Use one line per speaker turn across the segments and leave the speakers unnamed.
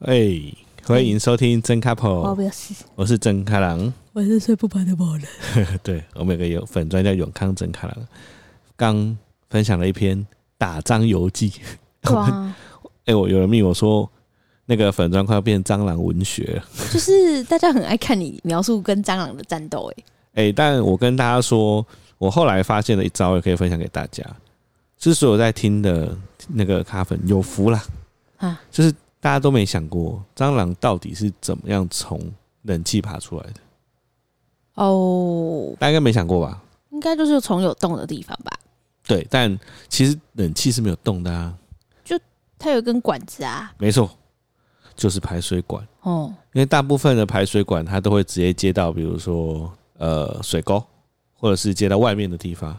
哎、欢迎收听真 couple，、
哦我不要死，
我是真开朗。
我是睡不饱的某人。
对，我们有个有粉专叫永康真开朗，刚分享了一篇打蟑游记。
哇，
哎、我有人命我说那个粉专快要变蟑螂文学了。
就是大家很爱看你描述跟蟑螂的战斗，哎，
哎、但我跟大家说，我后来发现了一招，也可以分享给大家。之所有在听的那个咖粉有福啦，
啊，
就是大家都没想过蟑螂到底是怎么样从冷气爬出来的，
哦，
大家应该没想过吧？
应该就是从有洞的地方吧？
对，但其实冷气是没有动的啊，
它有一根管子啊，
没错，就是排水管，
哦，
因为大部分的排水管它都会直接接到，比如说呃水沟，或者是接到外面的地方。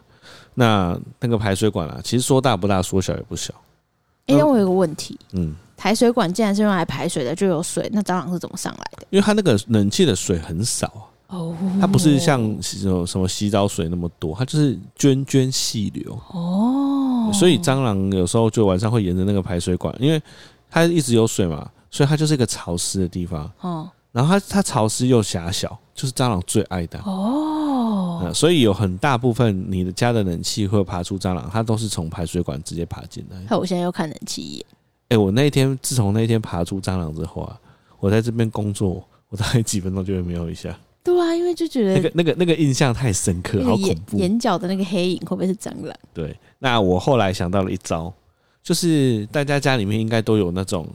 那那个排水管啊，其实说大不大，说小也不小，
哎、
嗯
那我有个问题，
嗯，
排水管既然是用来排水的，就有水，那蟑螂是怎么上来的？
因为它那个冷气的水很少啊，
哦，
它不是像洗什么什么洗澡水那么多，它就是涓涓细流。
哦，
所以蟑螂有时候就晚上会沿着那个排水管，因为它一直有水嘛，所以它就是一个潮湿的地方。
哦
然后它它潮湿又狭小，就是蟑螂最爱的啊、
哦，
呃所以有很大部分你的家的冷气会爬出蟑螂，它都是从排水管直接爬进来。哎、
害我现在又看冷气眼，
我那一天自从那一天爬出蟑螂之后啊，我在这边工作，我大概几分钟就会瞄一下，
对啊，因为就觉
那
得
个那个那个印象太深刻，
那
好
个
恐
眼
怖。
眼角的那个黑影会不会是蟑螂？
对，那我后来想到了一招，就是大家家里面应该都有那种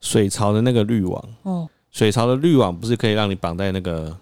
水槽的那个滤网，
哦，
水槽的滤网不是可以让你绑在那个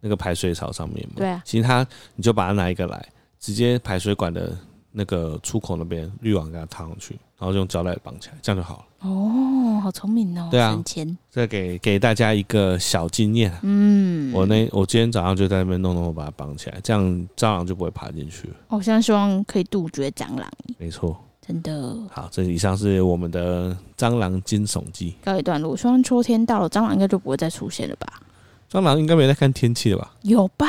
那个排水槽上面吗？
对啊，
其实它你就把它拿一个来，直接排水管的那个出口那边滤网给它套上去，然后就用胶带绑起来，这样就好了。
哦，好聪明哦，
对啊
省钱，
这给给大家一个小经验啊。
嗯，
我那我今天早上就在那边弄弄，我把它绑起来，这样蟑螂就不会爬进去了。
我现在希望可以杜绝蟑螂，
没错，
真的
好，这以上是我们的蟑螂惊悚记。
告一段落。希望秋天到了，蟑螂应该就不会再出现了吧？
蟑螂应该没在看天气了 吧？
有吧？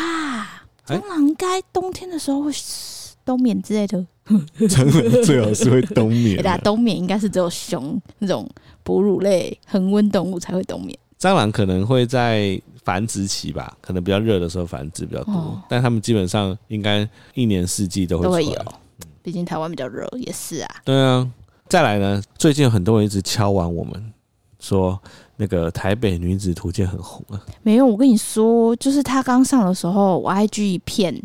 哎
蟑螂应该冬天的时候会嘶冬眠之类的，哎
蟑螂最好是会冬眠啊
对
的
啦，冬眠应该是只有熊那种哺乳类恒温动物才会冬眠。
蟑螂可能会在繁殖期吧，可能比较热的时候繁殖比较多，
哦
但它们基本上应该一年四季都会
都会
出来
有啊毕竟台湾比较热，也是啊。
对啊，再来呢，最近有很多人一直敲完我们说那个台北女子图鉴很红啊，
没有，我跟你说，就是它刚上的时候，我 IG 一片，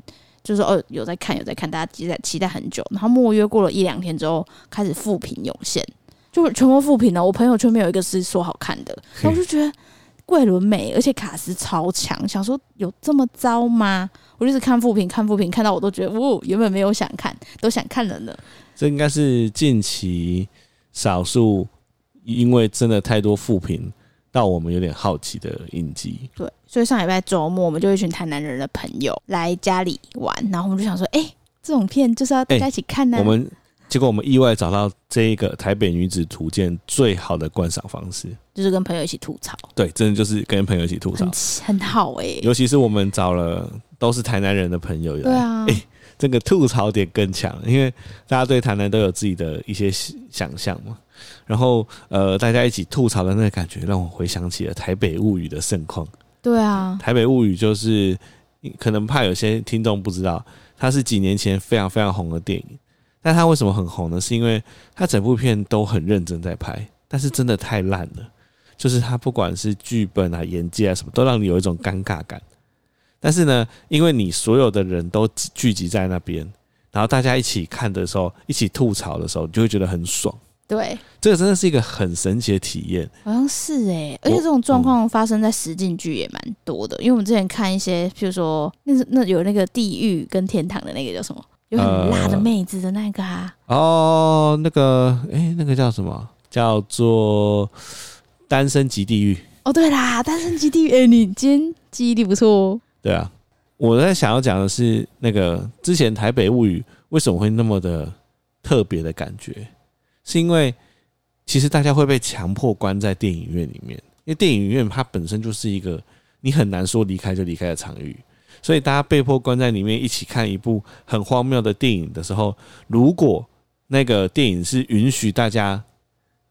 就是哦有在看，有在看，大家期待期待很久。然后莫约过了一两天之后，开始复评涌现，就全部复评了。我朋友圈没有一个是说好看的，然后我就觉得桂纶镁，而且卡斯超强，想说有这么糟吗？我就是看复评，看复评，看到我都觉得，哦，原本没有想看，都想看了呢。
这应该是近期少数因为真的太多负评到我们有点好奇的影集。
对，所以上礼拜周末，我们就一群台南人的朋友来家里玩，然后我们就想说，哎、这种片就是要大家一起看啊呢、
哎我们结果我们意外找到这一个台北女子图鉴最好的观赏方式，
就是跟朋友一起吐槽，
对，真的就是跟朋友一起吐槽
很。很好哎、
尤其是我们找了都是台南人的朋友来，
对啊，
哎这个吐槽点更强，因为大家对台南都有自己的一些想象嘛。然后呃，大家一起吐槽的那个感觉，让我回想起了《台北物语》的盛况。
对啊，
《台北物语》就是可能怕有些听众不知道，它是几年前非常非常红的电影。但它为什么很红呢？是因为它整部片都很认真在拍，但是真的太烂了，就是它不管是剧本啊、演技啊什么，都让你有一种尴尬感。但是呢，因为你所有的人都聚聚集在那边，然后大家一起看的时候，一起吐槽的时候，你就会觉得很爽。
对，
这个真的是一个很神奇的体验。
好像是哎、而且这种
嗯
状况发生在实境剧也蛮多的，因为我们之前看一些，譬如说那是那有那个地狱跟天堂的那个叫什么，有很
呃
辣的妹子的那个啊，
哦，那个，哎、那个叫什么？叫做《单身级地狱》。
哦对啦，单身级地狱，哎、你今天记忆力不错哦，
对啊，我在想要讲的是，那个之前《台北物语》为什么会那么的特别的感觉，是因为其实大家会被强迫关在电影院里面，因为电影院它本身就是一个你很难说离开就离开的场域。所以大家被迫关在里面一起看一部很荒谬的电影的时候，如果那个电影是允许大家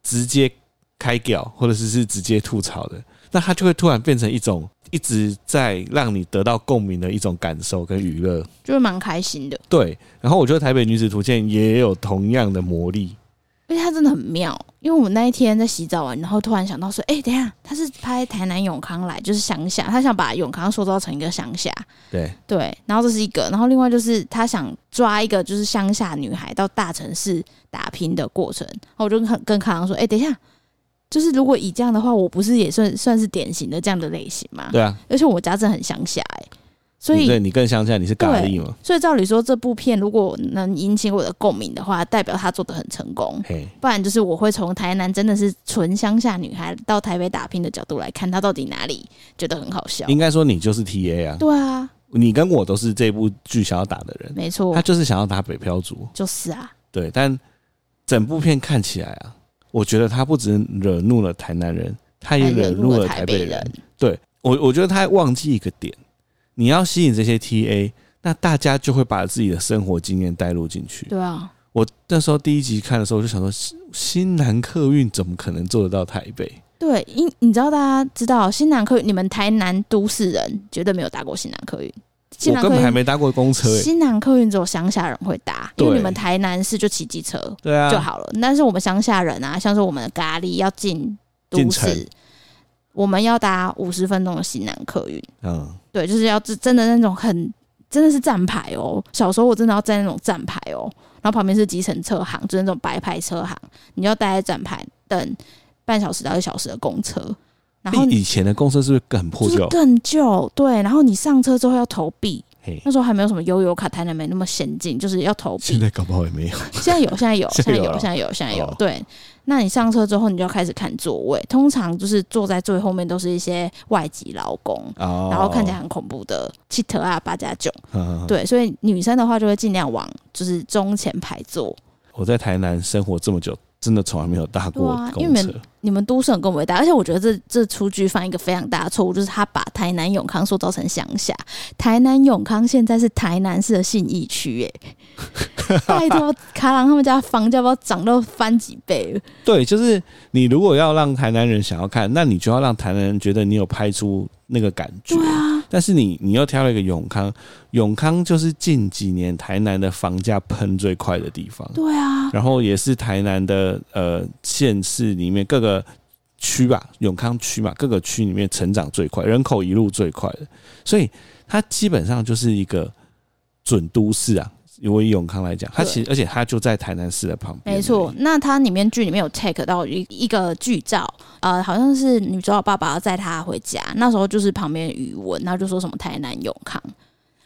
直接开屌，或者是是直接吐槽的，那它就会突然变成一种一直在让你得到共鸣的一种感受跟娱乐。
就是蛮开心的，
对，然后我觉得《台北女子图鉴》也有同样的魔力。
而且它真的很妙。因为我们那一天在洗澡完，然后突然想到说，哎、等一下他是拍台南永康来，就是乡下，他想把永康塑造成一个乡下，
对，
对，然后这是一个，然后另外就是他想抓一个就是乡下女孩到大城市打拼的过程，然后我就跟跟康康说，哎、等一下，就是如果以这样的话，我不是也算算是典型的这样的类型吗？
对啊，
而且我家真的很乡下、哎，所
你
以
对你更相信啊你是咖喱嘛？
所以照理说，这部片如果能引起我的共鸣的话，代表他做的很成功。
嘿，
不然就是我会从台南真的是纯乡下女孩到台北打拼的角度来看，她到底哪里觉得很好笑。
应该说你就是 T A 啊，
对啊，
你跟我都是这部剧想要打的人，
没错
他，就是想要打北漂族。
就是啊，
对，但整部片看起来啊，我觉得他不止惹怒了台南人，他也惹怒了台北人。
人。
对我，我觉得他忘记一个点，你要吸引这些 TA，那大家就会把自己的生活经验带入进去。
对啊，
我那时候第一集看的时候，我就想说，新新南客运怎么可能做得到台北？
对，因你知道大家知道新南客运，你们台南都市人绝对没有搭过新南客运。新
我
南客
根本还
运，
没搭过公车、欸。
新南客运只有乡下人会搭，因为
对
你们台南市就骑机车
对啊，
就好了。但是我们乡下人啊，像是我们的咖喱要进都
进城
市，我们要搭五十分钟的新南客运。
嗯，
对，就是要真真的那种很真的是站牌哦。小时候我真的要站那种站牌哦，然后旁边是计程车行，就是那种白牌车行，你要待在站牌等半小时到一小时的公车，然后
比以前的公车是不是很破
就是
旧？
更旧，对，然后你上车之后要投币。
嘿，
那时候还没有什么悠游卡，台南没那么先进，就是要投币
现。在搞不好也没有。
现在有，现在有，
现
现
在
在
有
有，
了
现在有，现在有
哦。
对，那你上车之后，你就要开始看座位。通常就是坐在最后面都是一些外籍劳工，
哦，
然后看起来很恐怖的七特啊、八加九。
嗯，对，
对，所以女生的话就会尽量往就是中前排坐。
我在台南生活这么久，真的从来没有搭过
对啊因为
公车
你们。你们都市很跟我一搭，而且我觉得这这出剧犯一个非常大的错误，就是他把台南永康塑造成乡下。台南永康现在是台南市的信义区， 耶，拜托卡郎他们家房价不知道涨到翻几倍了。
对，就是你如果要让台南人想要看，那你就要让台南人觉得你有拍出那个感觉。
对啊，
但是你你又挑了一个永康，永康就是近几年台南的房价喷最快的地方，
对啊，
然后也是台南的呃县市里面各个区吧，永康区嘛，各个区里面成长最快，人口一路最快的，所以它基本上就是一个准都市啊。我以永康来讲，它
对
其实而且它就在台南市的旁边，
没错，，那它里面剧里面有 take 到一一个剧照，呃，好像是女主角爸爸要载她回家，那时候就是旁边余文，然后就说什么台南永康，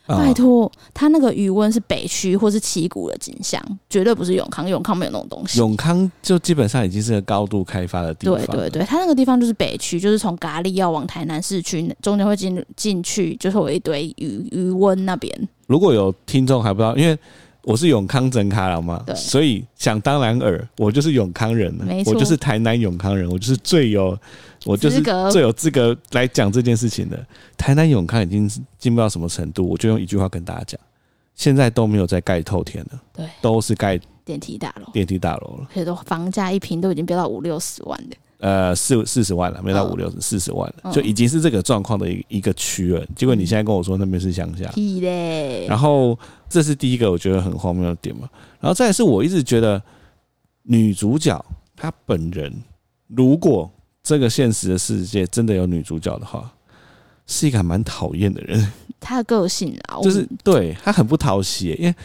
啊
拜托，他那个余温是北区或是旗鼓的景象，绝对不是永康，永康没有那种东西。
永康就基本上已经是个高度开发的地方
对
了，
对对，他那个地方就是北区，就是从咖喱要往台南市区，中间会进进去，就是有一堆余余温那边。
如果有听众还不知道，因为我是永康整卡郎嘛，
对
所以想当然尔，我就是永康人了
没，错
我就是台南永康人，我就是最有，我就是
资格
最有资格来讲这件事情的。台南永康已经进步到什么程度？我就用一句话跟大家讲，现在都没有在盖透天了，
对，
都是盖
电梯大楼，
电梯大楼了，
而且都房价一平都已经飙到五六十万的。
呃，四四十万了，没到
嗯
五六十，四十万了，
嗯
就已经是这个状况的一一个区了。结果你现在跟我说那边是乡下，
屁嘞！
啊然后这是第一个我觉得很荒谬的点嘛。然后再来是我一直觉得女主角她本人，如果这个现实的世界真的有女主角的话，是一个还蛮讨厌的人，
他的个性啊，我
就是对她很不讨喜耶，因为。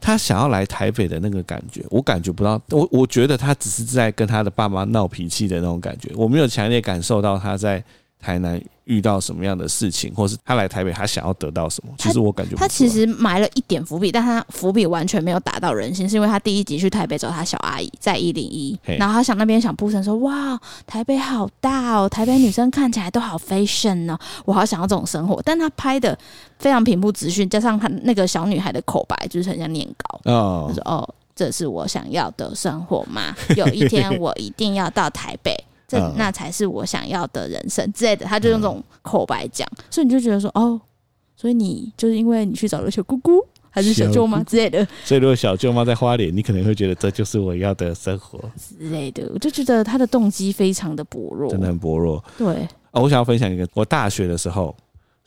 她想要来台北的那个感觉，我感觉不到。我我觉得她只是在跟她的爸妈闹脾气的那种感觉，我没有强烈感受到她在台南遇到什么样的事情，或是她来台北她想要得到什么。其实我感觉不啊
他
出来
其实埋了一点伏笔，但他伏笔完全没有打到人心，是因为他第一集去台北找他小阿姨，在一零一
嘿，
然后他想那边想铺陈说，哇，台北好大哦，台北女生看起来都好 fashion 哦，我好想要这种生活。但他拍的非常平铺直叙，加上他那个小女孩的口白，就是很像念稿，
哦
他说哦，这是我想要的生 活吗？有一天我一定要到台北。这
嗯
那才是我想要的人生之类的，他就用这种口白讲，所以你就觉得说，哦，所以你就是因为你去找了小姑姑，还是小舅妈之类的
所以如果小舅妈在花莲，你可能会觉得这就是我要的生活，
之类的，我就觉得他的动机非常的薄弱。
真的很薄弱
对，
啊！我想要分享一个，我大学的时候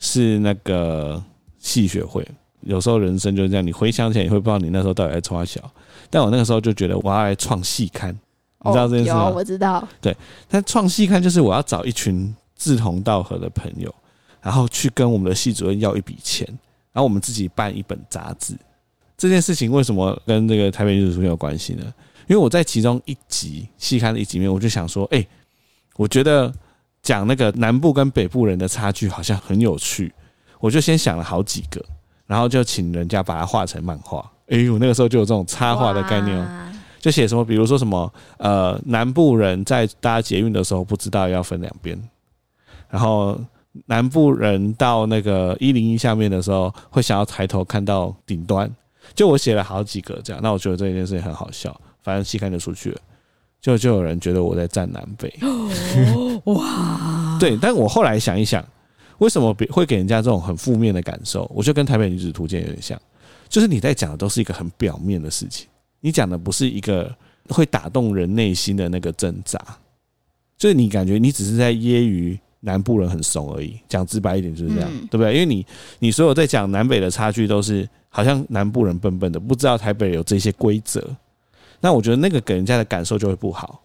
是那个戏学会。有时候人生就是这样，你回想起来，你会不知道你那时候到底在冲啥小。但我那个时候就觉得我要来创戏刊，你知道这件事吗
哦有，我知道。
但创戏刊就是我要找一群志同道合的朋友，然后去跟我们的系主任要一笔钱，然后我们自己办一本杂志。这件事情为什么跟这个台北艺术中心有关系呢？因为我在其中一集戏刊的一集里面，我就想说，哎、我觉得讲那个南部跟北部人的差距好像很有趣，我就先想了好几个，然后就请人家把它画成漫画。哎、我那个时候就有这种插画的概念哦。
哇
就写什么，比如说什么，呃，南部人在搭捷运的时候不知道要分两边，然后南部人到那个一零一下面的时候会想要抬头看到顶端。就我写了好几个这样，那我觉得这件事情很好笑，反正细看就出去了，就就有人觉得我在站南北。
哇，
对，但我后来想一想，为什么别会给人家这种很负面的感受？我觉得跟台北女子图鉴有点像，就是你在讲的都是一个很表面的事情，你讲的不是一个会打动人内心的那个挣扎，就是你感觉你只是在揶揄南部人很怂而已。讲直白一点就是这样，
嗯
对不对？因为你你所有在讲南北的差距，都是好像南部人笨笨的，不知道台北有这些规则。那我觉得那个给人家的感受就会不好，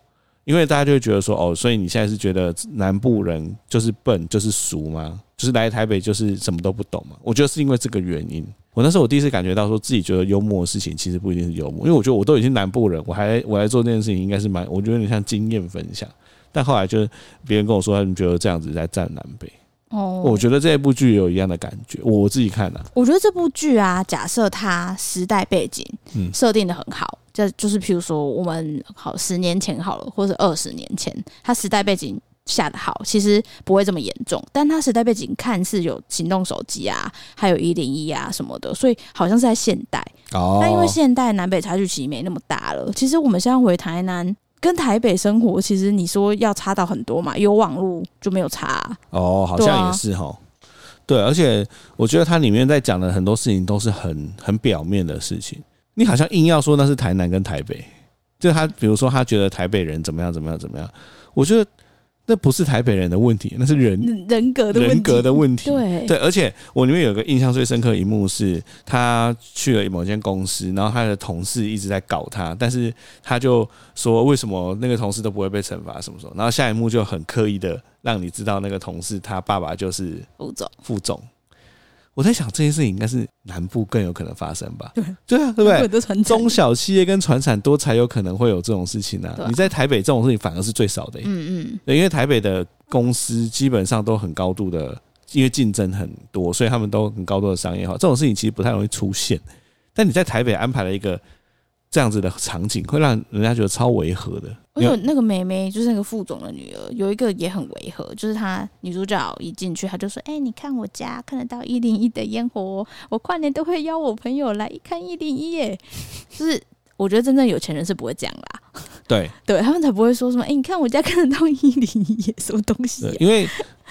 因为大家就会觉得说，哦，所以你现在是觉得南部人就是笨，就是俗吗？就是来台北就是什么都不懂嘛？我觉得是因为这个原因。我那时候我第一次感觉到说自己觉得幽默的事情其实不一定是幽默，因为我觉得我都已经南部人，我还我来做这件事情应该是蛮，我觉得有点像经验分享。但后来就是别人跟我说，他们觉得这样子在站南北，
哦，
我觉得这部剧也有一样的感觉。我自己看啊，
我觉得这部剧啊，假设它时代背景
嗯
设定的很好，这、就是譬如说我们好十年前好了，或是二十年前，它时代背景下的好，其实不会这么严重。但它时代背景看似有行动手机啊，还有一零一啊什么的，所以好像是在现代。
哦
但因为现代南北差距其实没那么大了，其实我们现在回台南。跟台北生活，其实你说要差到很多嘛，有网络就没有差啊、
哦，好
对
像
啊
也是哈。对，而且我觉得它里面在讲的很多事情都是很很表面的事情，你好像硬要说那是台南跟台北，就他比如说他觉得台北人怎么样怎么样怎么样，我觉得那不是台北人的问题，那是人
人人格的问题，
人格的问题。
对
对，而且我里面有个印象最深刻的一幕是，他去了某间公司，然后他的同事一直在搞他，但是他就说为什么那个同事都不会被惩罚什么什么，然后下一幕就很刻意的让你知道那个同事他爸爸就是
步骤。
副总。我在想这件事情应该是南部更有可能发生吧？对，对啊，对不对？
都传承
中小企业跟传产多才有可能会有这种事情啊！
对啊
你在台北这种事情反而是最少的、欸，
嗯嗯，
对，因为台北的公司基本上都很高度的，因为竞争很多，所以他们都很高度的商业化。这种事情其实不太容易出现，但你在台北安排了一个这样子的场景，会让人家觉得超违和的。
我有那个妹妹，就是那个副总的女儿，有一个也很违和，就是她女主角一进去，她就说：“哎、你看我家看得到一零一的烟火哦，我跨年都会邀我朋友来看一零一 耶。”就是我觉得真正有钱人是不会这样啦，
对，
对他们才不会说什么：“哎、你看我家看得到一零一耶，什么东西、
对
啊
因为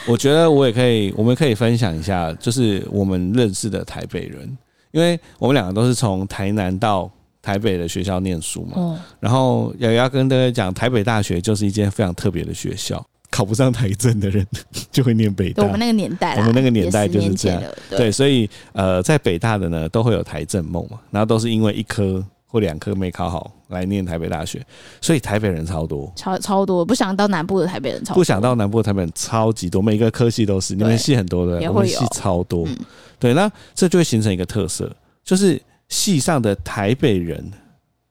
我觉得我也可以，我们可以分享一下，就是我们认识的台北人，因为我们两个都是从台南到台北的学校念书？”嘛。
哦，
然后也要跟大家讲，台北大学就是一间非常特别的学校，考不上台政的人就会念北
对
大
我。们那个年代啦，
我们那个年代就是
也十年前
这
了，
对，所以呃，在北大的呢，都会有台政梦嘛，然后都是因为一科或两科没考好来念台北大学，所以台北人超多，
超超多，不想到南部的台北人超多
不想到南部的台北人超级多，每一个科系都是，你们系很多的
也，
我们
会有
系超多
嗯，
对，那这就会形成一个特色，就是系上的台北人，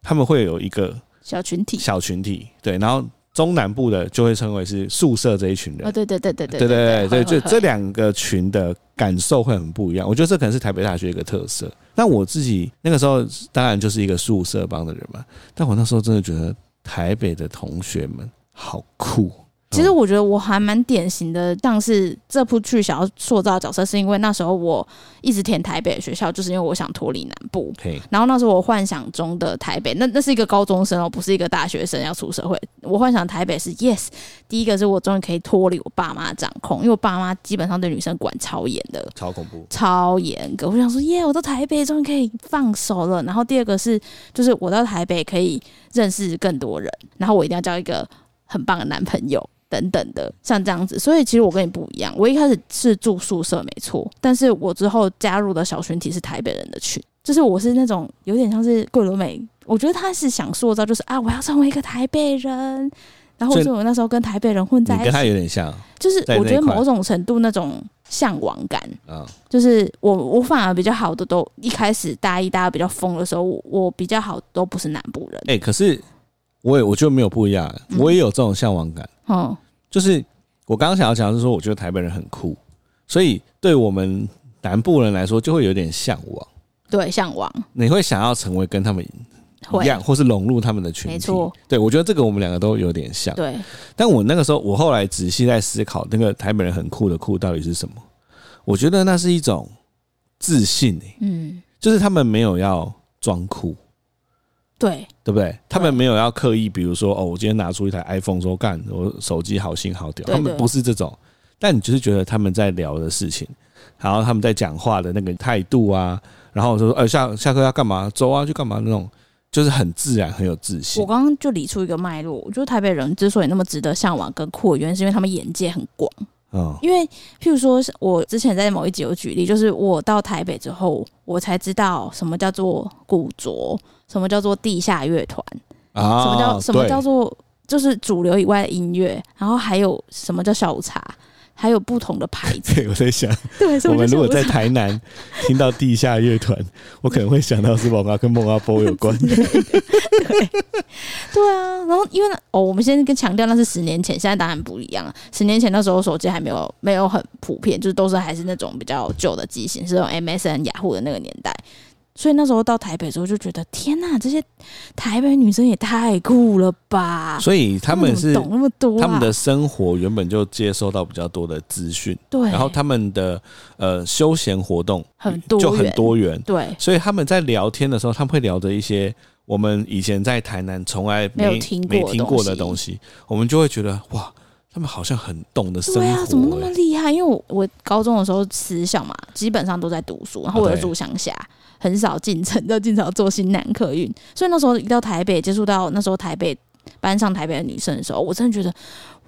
他们会有一个
小群体
小群体，对，然后中南部的就会称为是宿舍这一群人
哦，，对对对对对
对对对，
对，
就
会
这。
会
两个群的感受会很不一样。我觉得这可能是台北大学一个特色。那我自己那个时候当然就是一个宿舍帮的人嘛，但我那时候真的觉得台北的同学们好酷，
其实我觉得我还蛮典型的，像是这部剧想要塑造的角色，是因为那时候我一直填台北的学校，就是因为我想脱离南部。
嗯嘿，
然后那时候我幻想中的台北，那那是一个高中生哦，不是一个大学生要出社会。我幻想台北是 yes，第一个是我终于可以脱离我爸妈的掌控，因为我爸妈基本上对女生管超严的，
超恐怖，
超严格。我想说，耶，我到台北终于可以放手了。然后第二个是，就是我到台北可以认识更多人，然后我一定要交一个很棒的男朋友。等等的，像这样子，所以其实我跟你不一样。我一开始是住宿舍没错，但是我之后加入的小群体是台北人的群，就是我是那种有点像是桂纶镁，我觉得他是想塑造，就是啊，我要成为一个台北人，然后
所以
所以我那时候跟台北人混在
你
一
跟他
起，
有点像
就是
在
我
那
觉得
一块
某种程度那种向往感，
啊，
就是我我反而比较好的都一开始大一大二比较疯的时候，我我比较好都不是南部人，
哎、可是我也我就没有不一样，
嗯
我也有这种向往感。
嗯
就是我刚刚想要讲的是说，我觉得台北人很酷，所以对我们南部人来说就会有点向往，
对，向往
你会想要成为跟他们
会
一样，或是融入他们的群体。
没错，
对我觉得这个我们两个都有点像。
对，
但我那个时候，我后来仔细在思考，那个台北人很酷的酷到底是什么？我觉得那是一种自信、欸，
嗯
就是他们没有要装酷。
对，
对不对？他们没有要刻意，比如说哦，我今天拿出一台 iPhone 说干，我手机好新好屌，
对
他们
对
不是这种。但你就是觉得他们在聊的事情，然后他们在讲话的那个态度啊，然后就说呃下下课要干嘛，走啊去干嘛那种，就是很自然很有自信
我。刚刚就理出一个脉络，我觉得台北人之所以那么值得向往跟酷，原因是因为他们眼界很广。
嗯，
因为譬如说，我之前在某一集有举例，就是我到台北之后，我才知道什么叫做古着，什么叫做地下乐团，
啊
什么叫什么
对
叫做就是主流以外的音乐，然后还有什么叫下午茶，还有不同的牌子。
对，我 在想，
对，所
我
以
们
就
如果
想
在
不
台南听到地下乐 团，我可能会想到是网吧跟梦阿波有关。
对啊，然后因为那哦，我们先跟强调那是十年前，现在当然不一样了。十年前那时候手机还没有没有很普遍，就是都是还是那种比较旧的机型，是用 MSN、雅虎的那个年代。所以那时候到台北之后就觉得，天呐，这些台北女生也太酷了吧！
所以他们
啊
是
怎么懂那么多、啊，
他们的生活原本就接收到比较多的资讯。
对，
然后他们的呃休闲活动
哎很多
就很
元
多元，
对
所以他们在聊天的时候，他们会聊着一些我们以前在台南从来没
没有听过的
没听过的
东
东西，我们就会觉得哇，他们好像很懂得生活、
对啊，怎么那么
欸
厉害？因为我我高中的时候私校嘛，基本上都在读书，然后我又
啊对
住乡下，很少进城，就经常坐新南客运。所以那时候一到台北，接触到那时候台北班上台北的女生的时候，我真的觉得。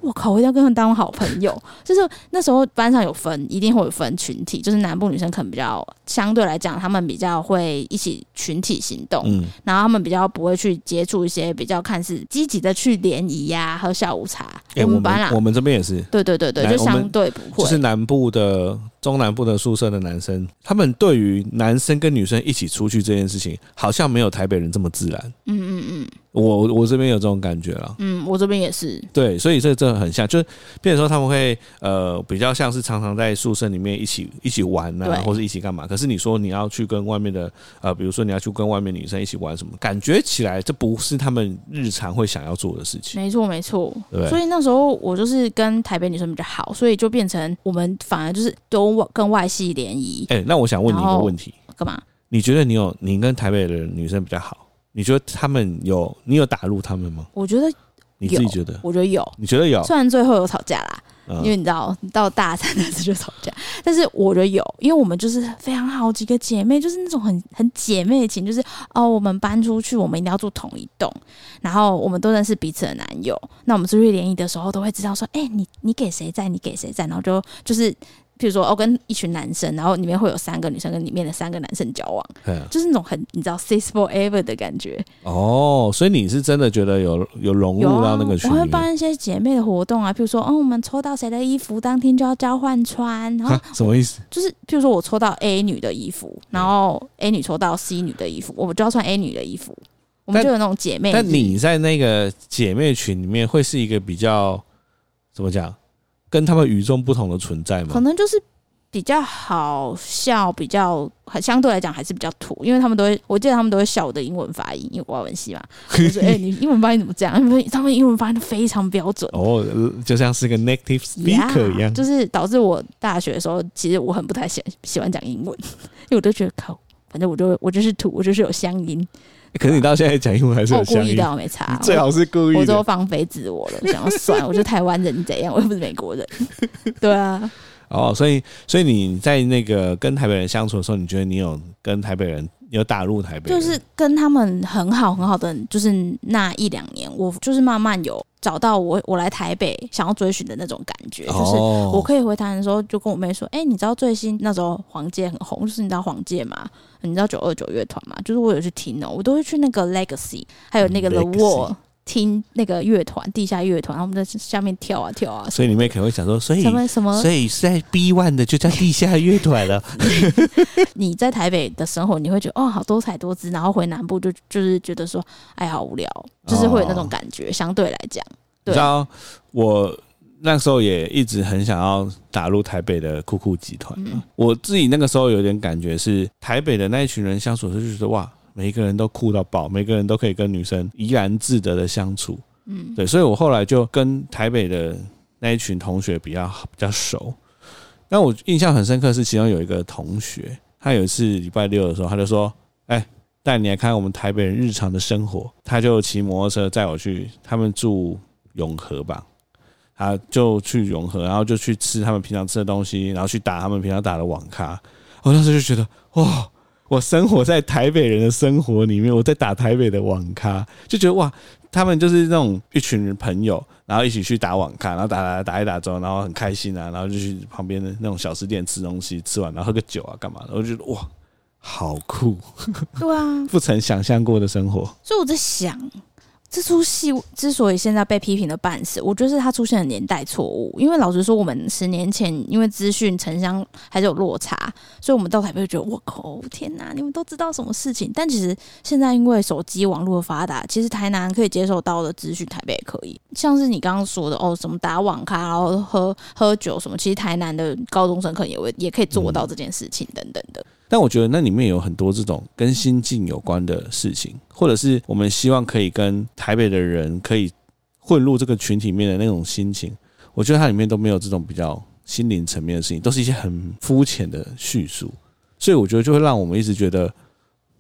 我靠！我一定要跟她们当好朋友。 就是那时候班上有分，一定会有分群体，就是南部女生可能比较相对来讲，她们比较会一起群体行动，
嗯，
然后她们比较不会去接触一些比较看似积极的去联谊呀、喝下午茶。
哎、
我
我
们班啦
们我们这边也是，
对对对对，
来
就
我们
相对不会，
就是南部的中南部的宿舍的男生，他们对于男生跟女生一起出去这件事情，好像没有台北人这么自然。
嗯嗯嗯
我我这边有这种感觉了，
嗯，我这边也是，
对，所以这这很像，就是变成说他们会呃比较像是常常在宿舍里面一起一起玩
对
啊，或是一起干嘛。可是你说你要去跟外面的呃，比如说你要去跟外面女生一起玩什么，感觉起来这不是他们日常会想要做的事情。
没错没错。
对
所以那时候我就是跟台北女生比较好，所以就变成我们反而就是都跟外系联谊，
哎、那我想问你一
然
个
后
问题：
干嘛？
你觉得你有你跟台北的女生比较好？你觉得他们有你有打入他们吗？
我觉得
你自己
有
觉得？
我觉得有，
你觉得有？
虽然最后有吵架啦，因为
嗯，
你知道到大三那次就吵架，但是我觉得有，因为我们就是非常好几个姐妹，就是那种很很姐妹情，就是哦，我们搬出去，我们一定要住同一栋，然后我们都认识彼此的男友，那我们出去联谊的时候都会知道说，哎、你你给谁在，你给谁在，然后就就是譬如说哦，跟一群男生，然后里面会有三个女生跟里面的三个男生交往，
嗯
就是那种很你知道 six forever 的感觉，
哦，所以你是真的觉得有有融入
有啊，
到那个群
我会
里面？
办一些姐妹的活动啊，譬如说，哦，我们抽到谁的衣服，当天就要交换穿，然后
哈，什么意思？
就是譬如说我抽到 A 女的衣服，
嗯
然后 A 女抽到 C 女的衣服，我们就要穿 A 女的衣服，我们
但
就有那种姐妹日。
但你在那个姐妹群里面，会是一个比较怎么讲，跟他们与众不同的存在
可
吗？
能就是比较好笑，比较相对来讲还是比较土，因为他们都会，我记得他们都会笑我的英文发音，因为我外文 系嘛，我说：“哎、你英文发音怎么这样？”他们他们英文发音都非常标准。
哦，就像 是个啊 native speaker 一
Yeah，
样。
就是导致我大学的时候，其实我很不太喜喜欢讲英文，因为我都觉得靠，反正我就我就是土，我就是有乡音，
哎
哦
可是你到现在讲英文还是
我
有
故
相
意
应
的，，啊我没差
你。最好是故
我
意
我都
的。
放飞自我了，我想要算了，我就台湾人怎样，我又不是美国人，对啊，
哦，所以所以你在那个跟台北人相处的时候，你觉得你有跟台北人你有打入台北
就
人？
是跟他们很好很好的，就是那一两年，我就是慢慢有找到我我来台北想要追寻的那种感觉，就是
哦，
我可以回台湾的时候，就跟我妹说：“哎、你知道最新那时候黄玠很红，就是你知道黄玠吗？你知道九二九乐团吗？就是我有去听哦、我都会去那个 Legacy，还有那个 The
嗯 Legacy
Wall 听那个乐团，地下乐团，他们在下面跳啊跳啊，
所以你妹可能会想说，所以
什么什么
所。以在 B One 的就叫地下乐团啊了。
你在台北的生活，你会觉得哦，好多彩多姿，然后回南部就就是觉得说，哎，好无聊，就是会有那种感觉。相对来讲，
你
对
知道我那时候也一直很想要打入台北的酷酷集团、
嗯
我自己那个时候有点感觉是台北的那一群人相处的时候就觉得哇，每一个人都酷到爆，每个人都可以跟女生怡然自得的相处。
嗯，
对，所以我后来就跟台北的那一群同学比较比较熟。那我印象很深刻是，其中有一个同学，他有一次礼拜六的时候，他就说：“哎、带你来看我们台北人日常的生活。”他就骑摩托车载我去，他们住永和吧，他就去永和，然后就去吃他们平常吃的东西，然后去打他们平常打的网咖。我当时就觉得，哇！我生活在台北人的生活里面，我在打台北的网咖，就觉得哇，他们就是那种一群人朋友，然后一起去打网咖，然后打打打一打之后，然后很开心啊，然后就去旁边的那种小吃店吃东西，吃完然后喝个酒啊，干嘛的？我就觉得哇，好酷，
对啊，
不曾想象过的生活。
所以我在想，这出戏之所以现在被批评的半死，我觉得是它出现了年代错误。因为老实说，我们十年前因为资讯城乡还是有落差，所以我们到台北就觉得我靠，天哪，你们都知道什么事情？但其实现在因为手机网络的发达，其实台南可以接受到的资讯，台北也可以。像是你刚刚说的哦，什么打网咖，然后喝喝酒什么，其实台南的高中生可能也会也可以做到这件事情，等等的。
但我觉得那里面有很多这种跟心境有关的事情，或者是我们希望可以跟台北的人可以混入这个群体里面的那种心情，我觉得它里面都没有这种比较心灵层面的事情，都是一些很肤浅的叙述，所以我觉得就会让我们一直觉得，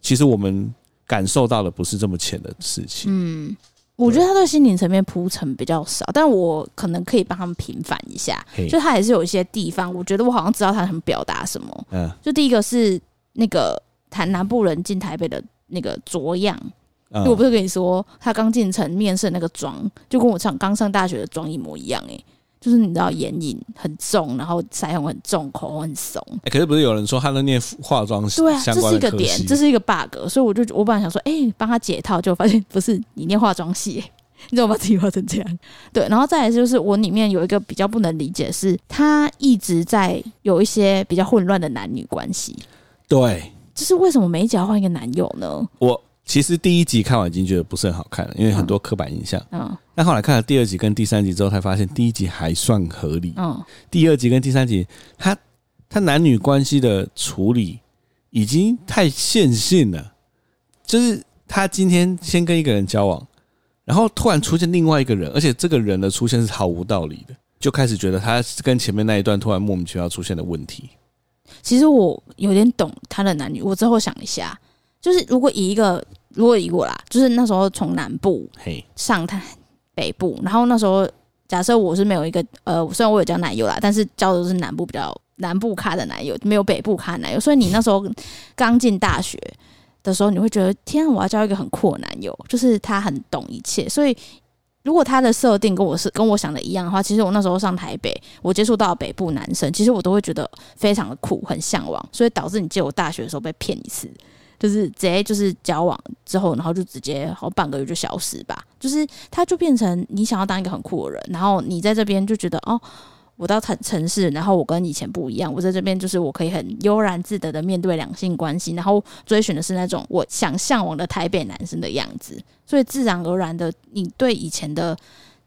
其实我们感受到的不是这么浅的事情。
嗯，我觉得他对心灵层面铺陈比较少，但我可能可以帮他们平反一下
嘿。
就他还是有一些地方，我觉得我好像知道他想表达什么。
嗯，
就第一个是那个谈南部人进台北的那个着样，
嗯
因为我不是跟你说他刚进城面试的那个妆，就跟我上刚上大学的妆一模一样诶、就是你知道眼影很重，然后腮红很重，口红很怂，
欸可是不是有人说他在念化妆
对啊，
相
这
关
是一
的
个
科
点，
系
这是一个 bug，所以我就我本来想说，哎、帮他解套，就发现不是你念化妆系、你怎么把自己画成这样？对，然后再来就是我里面有一个比较不能理解的是，他一直在有一些比较混乱的男女关系，
嗯对
就是为什么每一集要换一个男友呢？
我其实第一集看完已经觉得不是很好看了，因为很多刻板印象。
嗯
但后来看了第二集跟第三集之后，才发现第一集还算合理，
嗯，
第二集跟第三集，他他男女关系的处理已经太线性了，就是他今天先跟一个人交往，然后突然出现另外一个人，而且这个人的出现是毫无道理的，就开始觉得他跟前面那一段突然莫名其妙出现的问题。
其实我有点懂他的男女，我之后想一下，就是如果以一个如果以我啦，就是那时候从南部
嘿，
上台北部，然后那时候假设我是没有一个呃，虽然我有交男友啦，但是交的都是南部比较南部咖的男友，没有北部咖的男友，所以你那时候刚进大学。的时候，你会觉得天、啊，我要交一个很酷的男友，就是他很懂一切。所以，如果他的设定跟我是跟我想的一样的话，其实我那时候上台北，我接触到的北部男生，其实我都会觉得非常的酷，很向往。所以导致你记得我大学的时候被骗一次，就是直接就是交往之后，然后就直接好像半个月就消失吧，就是他就变成你想要当一个很酷的人，然后你在这边就觉得哦。我到城城市，然后我跟以前不一样，我在这边就是我可以很悠然自得的面对两性关系，然后追寻的是那种我想向往的台北男生的样子，所以自然而然的，你对以前的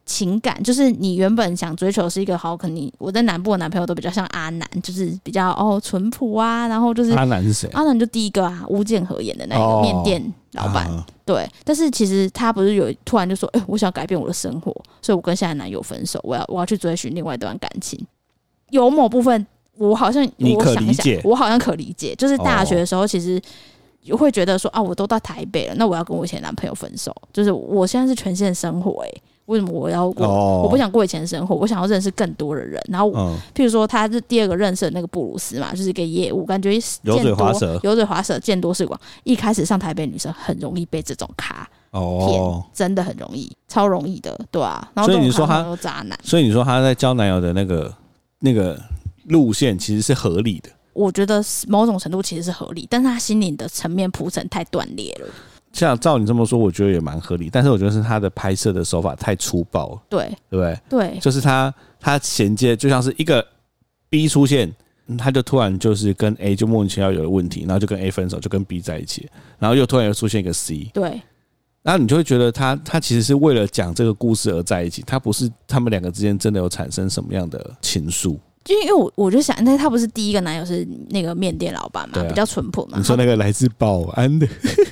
情感，就是你原本想追求的是一个好，可能你我在南部的男朋友都比较像阿南，就是比较哦淳朴啊，然后就是
阿南是谁？
阿南就第一个啊，吴建和演的那个
哦
面店老板，
啊
对。但是其实他不是有突然就说，哎、我想改变我的生活，所以我跟现在男友分手，我要我要去追寻另外一段感情。有某部分我好像
你
我
可
想
理
一想
解，
我好像可理解，就是大学
哦
的时候其实。会觉得说啊，我都到台北了，那我要跟我以前男朋友分手，就是我现在是全县生活、欸，为什么我要过？
哦，
我不想过以前的生活，我想要认识更多的人。然后
嗯，
譬如说他是第二个认识的那个布鲁斯嘛，就是一个业务，感觉见多
油嘴滑舌
油嘴滑舌，见多识广。一开始上台北女生很容易被这种咖，
哦，
真的很容易，超容易的，对啊。然后
所以你
这种
说
咖
他
通常都是渣男，
所以你说她在交男友的那个那个路线其实是合理的。
我觉得是某种程度其实是合理，但是他心灵的层面铺陈太断裂了。
像照你这么说，我觉得也蛮合理，但是我觉得是她的拍摄的手法太粗暴了，
对
对不对？
对
就是他他衔接就像是一个 B 出现，嗯他就突然就是跟 A 就莫名其妙有了问题，然后就跟 A 分手，就跟 B 在一起，然后又突然又出现一个 C，
对
然后你就会觉得他他其实是为了讲这个故事而在一起，他不是他们两个之间真的有产生什么样的情愫。
就因为我我就想，那他不是第一个男友是那个面店老板嘛，
对啊
比较淳朴嘛。
你说那个来自保安的，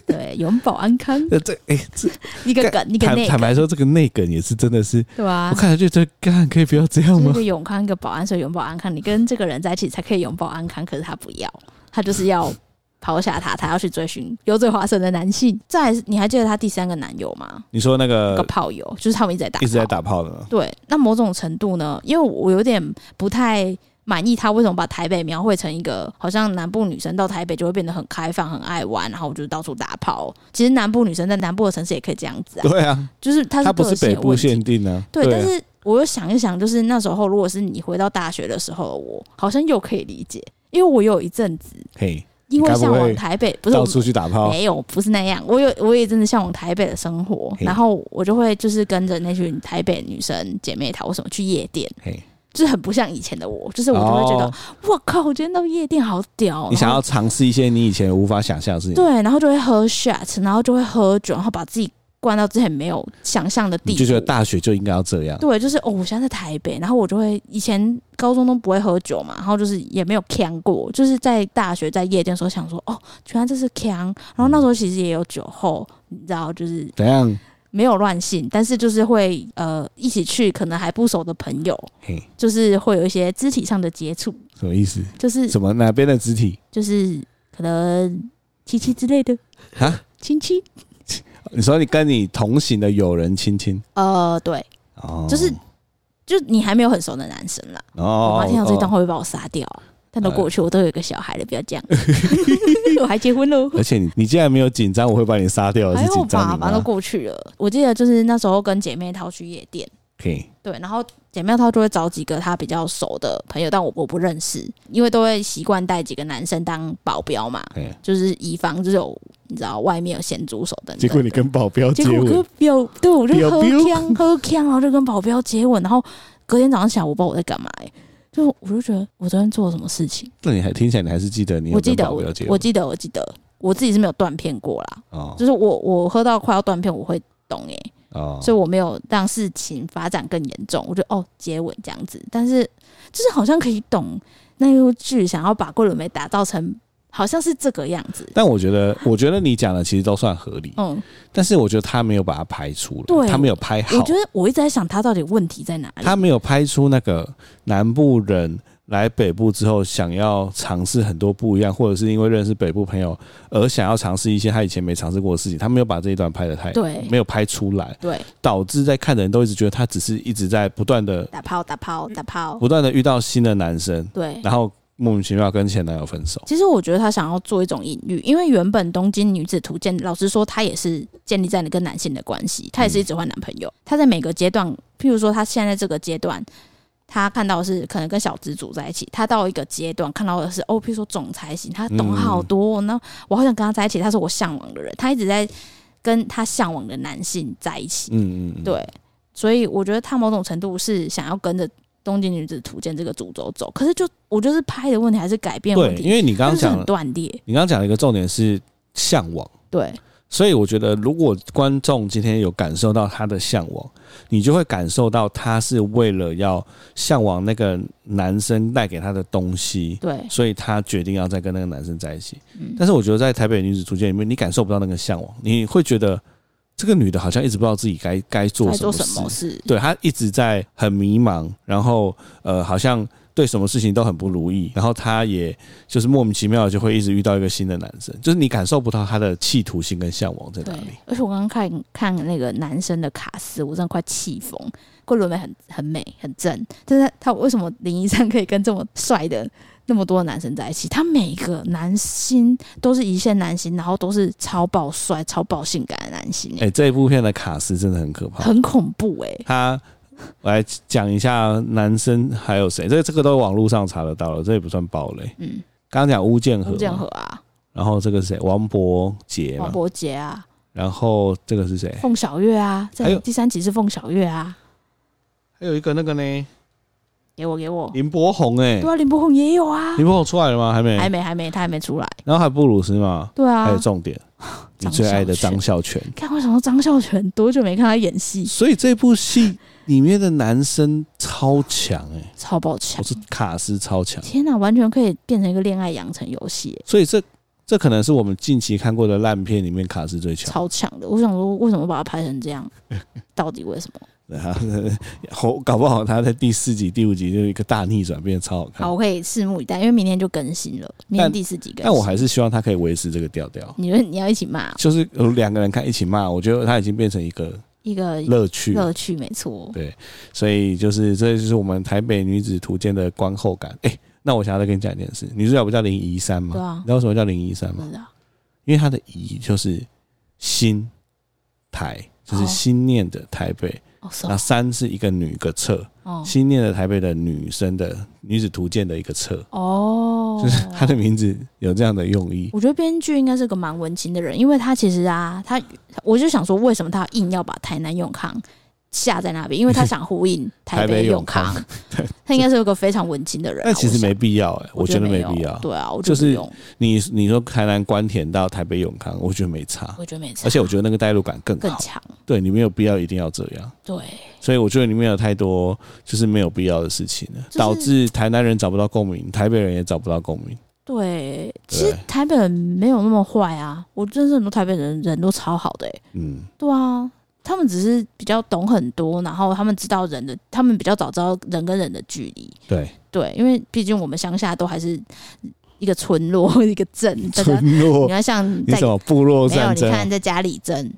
对永保 安康
呃 这哎、这
一个梗一个
坦
内
坦
梗，
白说，这个啊内梗也是真的是，
对啊吧、
我看了就觉得干可以不要这样
就是一
吗？
个永康，一个保安，所以永保安康。你跟这个人在一起才可以永保安康，可是他不要，他就是要抛下他，他要去追寻油嘴滑舌的男性。再来是，你还记得他第三个男友吗？
你说那
那个
个
炮友，就是他们一直在打，
一直在。打炮 的呢，
呃对，那某种程度呢，因为我有点不太。满意他为什么把台北描绘成一个好像南部女生到台北就会变得很开放、很爱玩，然后就到处打炮。其实南部女生在南部的城市也可以这样子啊，
对啊，
就是她是
它不
个
是
性
北
的
部
问题
限定啊，
对，
啊
但是我又想一想，就是那时候如果是你回到大学的时候，我好像又可以理解，因为我有一阵子
嘿，
因为
该不
向往
会
台北，不是
到
我
处去打炮，
没有不是那样，我有我有一阵子向往台北的生活，
嘿
然后我就会就是跟着那群台北女生姐妹淘或什么去夜店，
嘿，
就是很不像以前的我，就是我就会觉得
哦，
我、靠，我今天到夜店好屌，
你想
哦然
要
后
尝试一些你以前无法想象的事情，
对，然后就会喝 shot，然后就会喝酒，然后把自己灌到之前没有想象的地
你
步，
就觉得大学就应该要这样，
对，就是哦，我现在在台北，然后我就会以前高中都不会喝酒嘛，然后就是也没有呛过，就是在大学在夜店的时候想说，哦，原来这是呛，然后那时候其实也有酒后，你知道，就是
怎样？
没有乱性，但是就是会呃一起去，可能还不熟的朋友，
嘿，
就是会有一些肢体上的接触，
什么意思？
就是
什么哪边的肢体？
就是可能亲戚之类的
啊，
亲戚，
你说你跟你同行的友人亲亲
呃，对，
哦，
就是就你还没有很熟的男生啦。我
哦
妈听到这
哦
段
呃
话会把我杀掉啊！但都过去，我都有一个小孩了，不要这样。 我还结婚 喽，
哦而且你你竟然没有紧张，我会把你杀掉，
还
呃是
好
紧张
吧，
你
反正都
吗？
过去了。我记得就是那时候跟姐妹淘去夜店，
嘿，
对，然后姐妹淘就会找几个她比较熟的朋友，但我我不认识，因为都会习惯带几个男生当保镖嘛，
嘿，
就是以防就是有你知道外面有咸猪手等等。
结果你跟保镖接
结果我跟
吻，
表对我就喝
表
呛喝呛，然后就跟保镖接吻，然后隔天早上起来我不知道我在干嘛、欸，就我就觉得我昨天做了什么事情。
那你还听起来你还是记得你有
我记
跟
得
保
我
镖接
我
吻
记得我记得我自己是没有断片过啦，
哦
就是我我喝到快要断片，我会懂诶、
哦，
所以我没有让事情发展更严重，我就哦接吻这样子，但是就是好像可以懂那部剧想要把桂纶镁打造成好像是这个样子，
但我觉得我觉得你讲的其实都算合理，
嗯，
但是我觉得他没有把它拍出
对
来，他没有拍好
我觉。得我一直在想他到底问题在哪里，
他没有拍出那个南部人来北部之后想要尝试很多不一样，或者是因为认识北部朋友而想要尝试一些他以前没尝试过的事情。他没有把这一段拍的太，
对
没有拍出来，
对
导致在看的人都一直觉得他只是一直在不断的、
打炮打炮打炮，
不断的遇到新的男生，
对。
然后莫名其妙跟前男友分手。
其实我觉得他想要做一种隐喻，因为原本《东京女子图鉴》，老实说，她也是建立在你跟男性的关系，她也是一直换男朋友。她在每个阶段，譬如说她现在这个阶段，她看到的是可能跟小资主在一起；她到一个阶段看到的是哦，譬如说总裁型，她懂好多，那、我好想跟他在一起，他是我向往的人，她一直在跟她向往的男性在一起。
嗯嗯，嗯，
对，所以我觉得他某种程度是想要跟着《东京女子图鉴》这个主轴走，可是就我觉得是拍的问题还是改变问
对，
题
因。为你刚刚
就是
讲
很
了，
断裂，
你刚刚讲了一个重点是向往。
对
所以我觉得，如果观众今天有感受到他的向往，你就会感受到他是为了要向往那个男生带给他的东西，
对，
所以他决定要再跟那个男生在一起。
嗯
但是我觉得在台北女子图鉴里面，你感受不到那个向往，你会觉得这个女的好像一直不知道自己该该做
在
什
做
么
什
事
么，事？
对她一直在很迷茫，然后呃，好像对什么事情都很不如意，然后她也就是莫名其妙地就会一直遇到一个新的男生，就是你感受不到她的企图心跟向往在哪
对
里。，
而且我刚刚看看那个男生的卡斯，我真的快气疯。桂纶镁很很美，很正，但是他为什么林一山可以跟这么帅的那么多男生在一起？他每一个男星都是一线男星，然后都是超爆帅、超爆性感的男星、欸
哎、这一部片的卡斯真的很可怕，
很恐怖哎、
他。我来讲一下男生还有谁，这这个都网络上查得到了，这也不算暴雷。
嗯，
刚刚讲巫建和嘛，
吴建和啊，
然后这个是谁？王伯杰嘛
王，伯杰啊，
然后这个是谁？
凤小岳啊，
哎还
在
有
第三集是凤小岳啊，
还有一个那个呢，
给我给我，
林柏宏哎、
对啊，林柏宏也有啊，
林柏宏出来了吗？还没，
还没还没他还没出来，
然后还有布鲁斯嘛，
对啊
还，有重 点，你最爱的张孝全。
看为什么张孝全多久没看他演戏，
所以这部戏里面的男生超强哎、
超爆
我
强！
是卡斯超强，
天哪，完全可以变成一个恋爱养成游戏耶，
所以这这可能是我们近期看过的烂片里面卡斯最强。
超强的。我想说，为什么把它拍成 这样？到底为什么？
对啊，后 搞不好他在第四集、第五集就有一个大逆转，变得超好看
好，。我可以拭目以待，因为明天就更新了，明天第四集更新。
但我还是希望他可以维持这个调调。
你觉得你要一起骂
就是有两个人看一起骂，我觉得他已经变成一个
一个
乐趣，
乐趣，没错。
所以就是这就是我们台北女子图鉴的观后感。哎、那我想要再跟你讲一件事，女主角不叫林怡珊吗？
对啊
你知道为什么叫林怡珊吗？
真的啊，
因为她的怡就是心台，就是
哦
心念的台北，
哦，是
那、
哦
三是一个女一个侧，
哦
心念的台北的女生的女子图鉴的一个侧，
哦，
就是 她的名字有这样的用意。
我觉得编剧应该是个蛮文青的人，因为他其实啊，他我就想说，为什么他硬要把台南永康下在那边？因为他想 呼应台
台北
北
永
永
康
康， 他应该是有个非常文青的人啊、
但其实
我
没
想，
必要、哎，我觉得没
有
必要。
对啊，我
就
觉得
是
不用
你你说台南关田到台北永康，我觉得没差，
我觉得没差，
而且我觉得那个代入感更
更
好。
强。
对你没有必要一定要这样，
对，
所以我觉得里面有太多就是没有必要的事情了，
是
导致台南人找不到共鸣，台北人也找不到共鸣。
对，其实台北人没有那么坏啊，我认识很多台北人，人都超好的、欸。
嗯，
对啊，他们只是比较懂很多，然后他们知道人的，他们比较早知道人跟人的距离。
对，
对，因为毕竟我们乡下都还是一个村落、一个镇，大家
村
你
落，
看像
你
在
什么部落
没有
战
你
争啊？
看在家里镇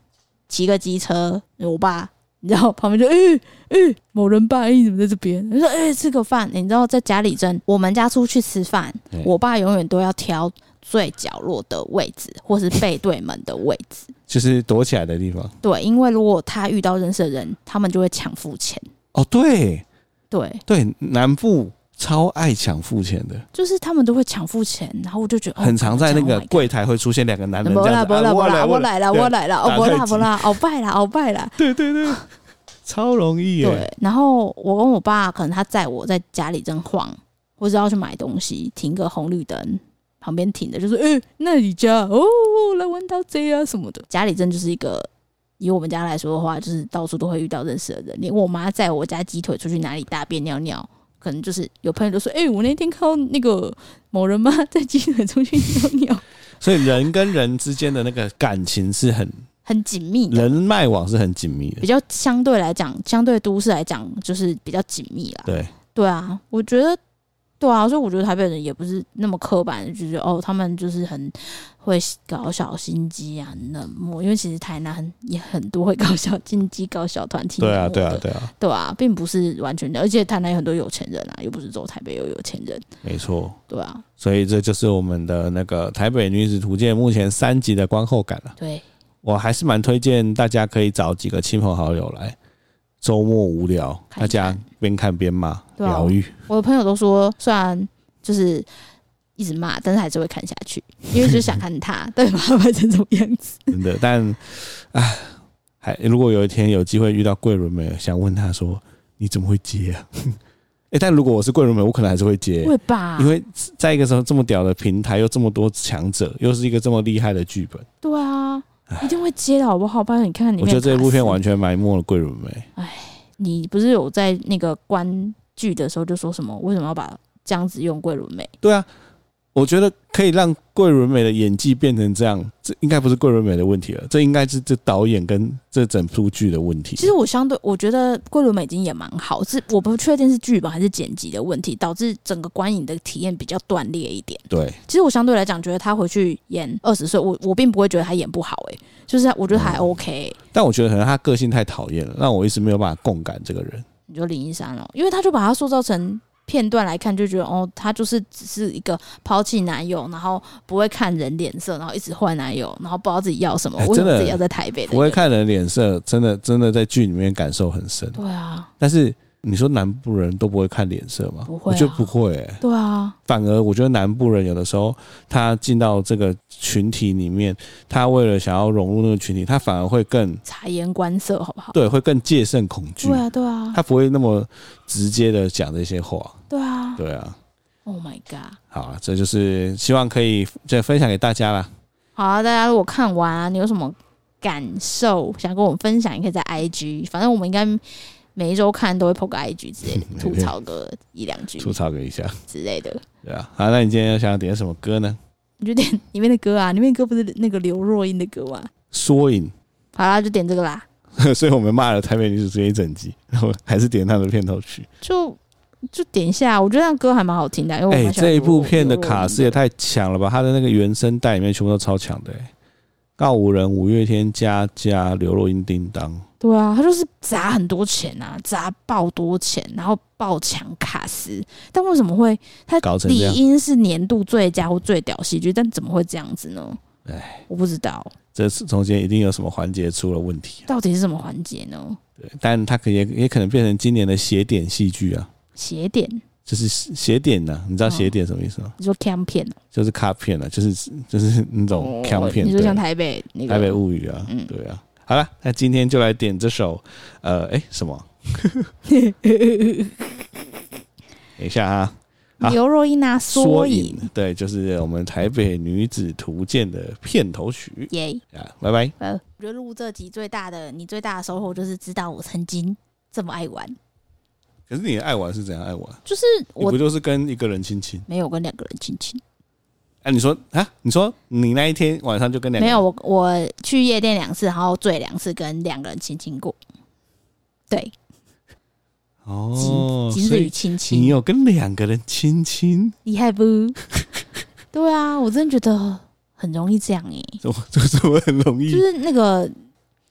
骑个机车，我爸。你知道旁边就哎哎、欸某人爸，哎、你怎么在这边？你说哎、欸吃个饭、你知道在家里镇，我们家出去吃饭，
对
我爸永远都要挑最角落的位置，或是背对门的位置。
就是躲起来的地方。
对，因为如果他遇到认识的人，他们就会抢付钱。
哦，对
对，
对，南部超爱抢付钱的，
就是他们都会抢付钱，然后我就觉得、哦、
很常在那个
Oh my God
柜台会出现两个男人
不
这
啦
样子，
不
啊
啦不
我
啦，
来
我
我来，
来啦我来啦，哦
打
不
太
啦
极
不啦，鳌拜啦鳌拜啦。
对对对，超容易耶。
对，然后我跟我爸可能他载我在家里正晃，或者要去买东西，停个红绿灯。旁边停的就是，哎、那你家哦，来玩盗贼啊什么的。家里真就是一个，以我们家来说的话，就是到处都会遇到认识的人。连我妈载我家鸡腿出去哪里大便尿尿，可能就是有朋友就说，哎、我那天看到那个某人妈带鸡腿出去尿尿，
所以人跟人之间的那个感情是很
很紧 密的。
人脉网是很紧密的
比。较相对来讲，相对都市来讲，就是比较紧密啦。
对，
对啊，我觉得，对啊，所以我觉得台北人也不是那么刻板，就是哦，他们就是很会搞小心机啊，很冷漠。因为其实台南也很多会搞小心机、搞小团体。
对啊，
冷漠
对啊
的，
对啊，
对啊，并不是完全的，而且台南有很多有钱人啊，又不是只有台北有有钱人。
没错。
对啊，
所以这就是我们的那个《台北女子图鉴》目前三集的观后感了、
对，
我还是蛮推荐大家可以找几个亲朋好友来，周末无聊，
看
大
一看
家边看边骂，
对啊
疗愈、
我的朋友都说，虽然就是。一直骂，但是还是会看下去，因为就想看他 对把他拍成什么样子。
真 的。但，唉，还如果有一天有机会遇到桂纶镁，想问她说你怎么会接啊？ 哎、但如果我是桂纶镁，我可能还是会接、
会吧？
因为在一个什么这么屌的平台，又这么多强者，又是一个这么厉害的剧本，
对啊，一定会接的好不好？不然你看里面，
我觉得这部片完，全埋没了桂纶镁。
你不是有在那个观剧的时候就说什么为什么要把姜子用桂纶镁？
对啊，我觉得可以让桂纶镁的演技变成这样，这应该不是桂纶镁的问题了，这应该是这导演跟这整部剧的问题。
其实我相对我觉得桂纶镁已经也蛮好，是我不确定是剧本还是剪辑的问题，导致整个观影的体验比较断裂一点。
对，
其实我相对来讲，觉得他回去演二十岁，我我并不会觉得他演不好、欸，就是我觉得
嗯
还 OK 欸、
但我觉得可能他个性太讨厌了，让我一直没有办法共感这个人。
你就林一山了，因为他就把他塑造成片段来看，就觉得哦，他就是只是一个抛弃男友，然后不会看人脸色，然后一直换男友，然后不知道自己要什么，
哎
为什
真
么
的
自己要在台北的人？
不会看人脸色，真的真的在剧里面感受很深。
对啊，
但是你说南部人都不会看脸色吗？
不会
我
啊
觉得不会、欸。
对啊，
反而我觉得南部人有的时候，他进到这个群体里面，他为了想要融入那个群体，他反而会更
察言观色，好不好？
对，会更戒慎恐惧。
对啊，对啊，
他不会那么直接的讲这些话。
对啊
对啊，
，Oh my god！
好啊，这就是希望可以再分享给大家啦。
好啊，大家如果看完啊，你有什么感受想跟我们分享，也可以在 IG，反正我们应该每一周看都会 po 个 IG 之类的，吐槽个一两句
吐槽给一下，
之类的。
对啊。好，那你今天要想要点什么歌呢？
你就点里面的歌啊，里面的歌不是那个刘若英的歌吗？
缩影，
好啦，就点这个啦。
所以我们骂了台北女主这一整集， 然后还是点她的片头曲。
就就点一下，我觉得那歌还蛮好听的，因为我
哎、
蛮喜欢
这一部片的
刘若英
卡斯也太强了吧！它的那个原声带里面全部都超强的、哎告五人、五月天、佳佳、刘若英、叮当，
对啊，他就是砸很多钱啊，砸爆多钱，然后爆强卡斯，但为什么会他
搞成这
理
样
应是年度最佳或最屌戏剧，但怎么会这样子呢？
哎，
我不知道
这是中间一定有什么环节出了问题、啊。
到底是什么环节呢？
对，但它可也也可能变成今年的邪典戏剧啊。
邪点，
就是邪点呐、你知道
嗯
邪点什么意思吗？
你说 cam 片哦
就是卡片啊，就是就是那种卡哦片，
你说像
对
台北那个
台北物语啊，
嗯
对啊。好了，那今天就来点这首，呃，哎、什么？ 等一下啊，啊
刘若英啊，
缩
缩
影
影，，
对，就是我们台北女子图鉴的片头曲
耶、
啊，拜拜。
呃，我觉得录这集最大的，你最大的收获就是知道我曾经这么爱玩，
可是你的爱玩是怎样爱玩？
就是
你
我
不就是跟一个人亲亲？
没有跟两个人亲亲，
哎、你说啊，你说你那一天晚上就跟两个
没
人
有我我去夜店两次，然后醉两次，跟两个人亲亲过，对，
哦
仅，仅
所
止于
以
亲
你
亲，
有跟两个人亲亲，
厉害不？ 对啊，我真的觉得很容易这样诶、
这这这我很容易
就。是那个。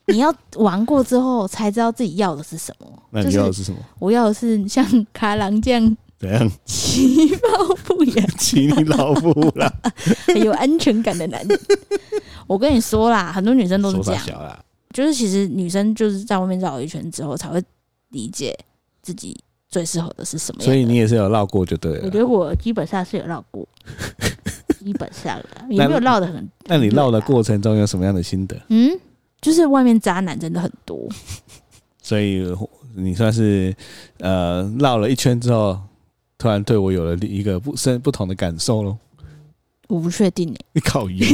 你要玩过之后才知道自己要的是什么，
那
就
你要的
是
是什么？
我要的是像卡郎这样
怎样
其貌不扬、
骑你老母 啦？
很有安全感的男人。我跟你说啦，很多女生都是
说
这
啥
样，
小啦？
就是其实女生就是在外面绕一圈之后，才会理解自己最适合的是什么样
所
的。
以呃你也是有绕过就对
我觉
了。
得我基本上是有绕 过，基本上啦，也
那
没有绕的很。
那你绕的过程中有什么样的心得？
嗯，就是外面渣男真的很多，
所以你算是呃绕了一圈之后，突然对我有了一个不深不同的感受喽。
我不确定、欸、 欸
你靠油，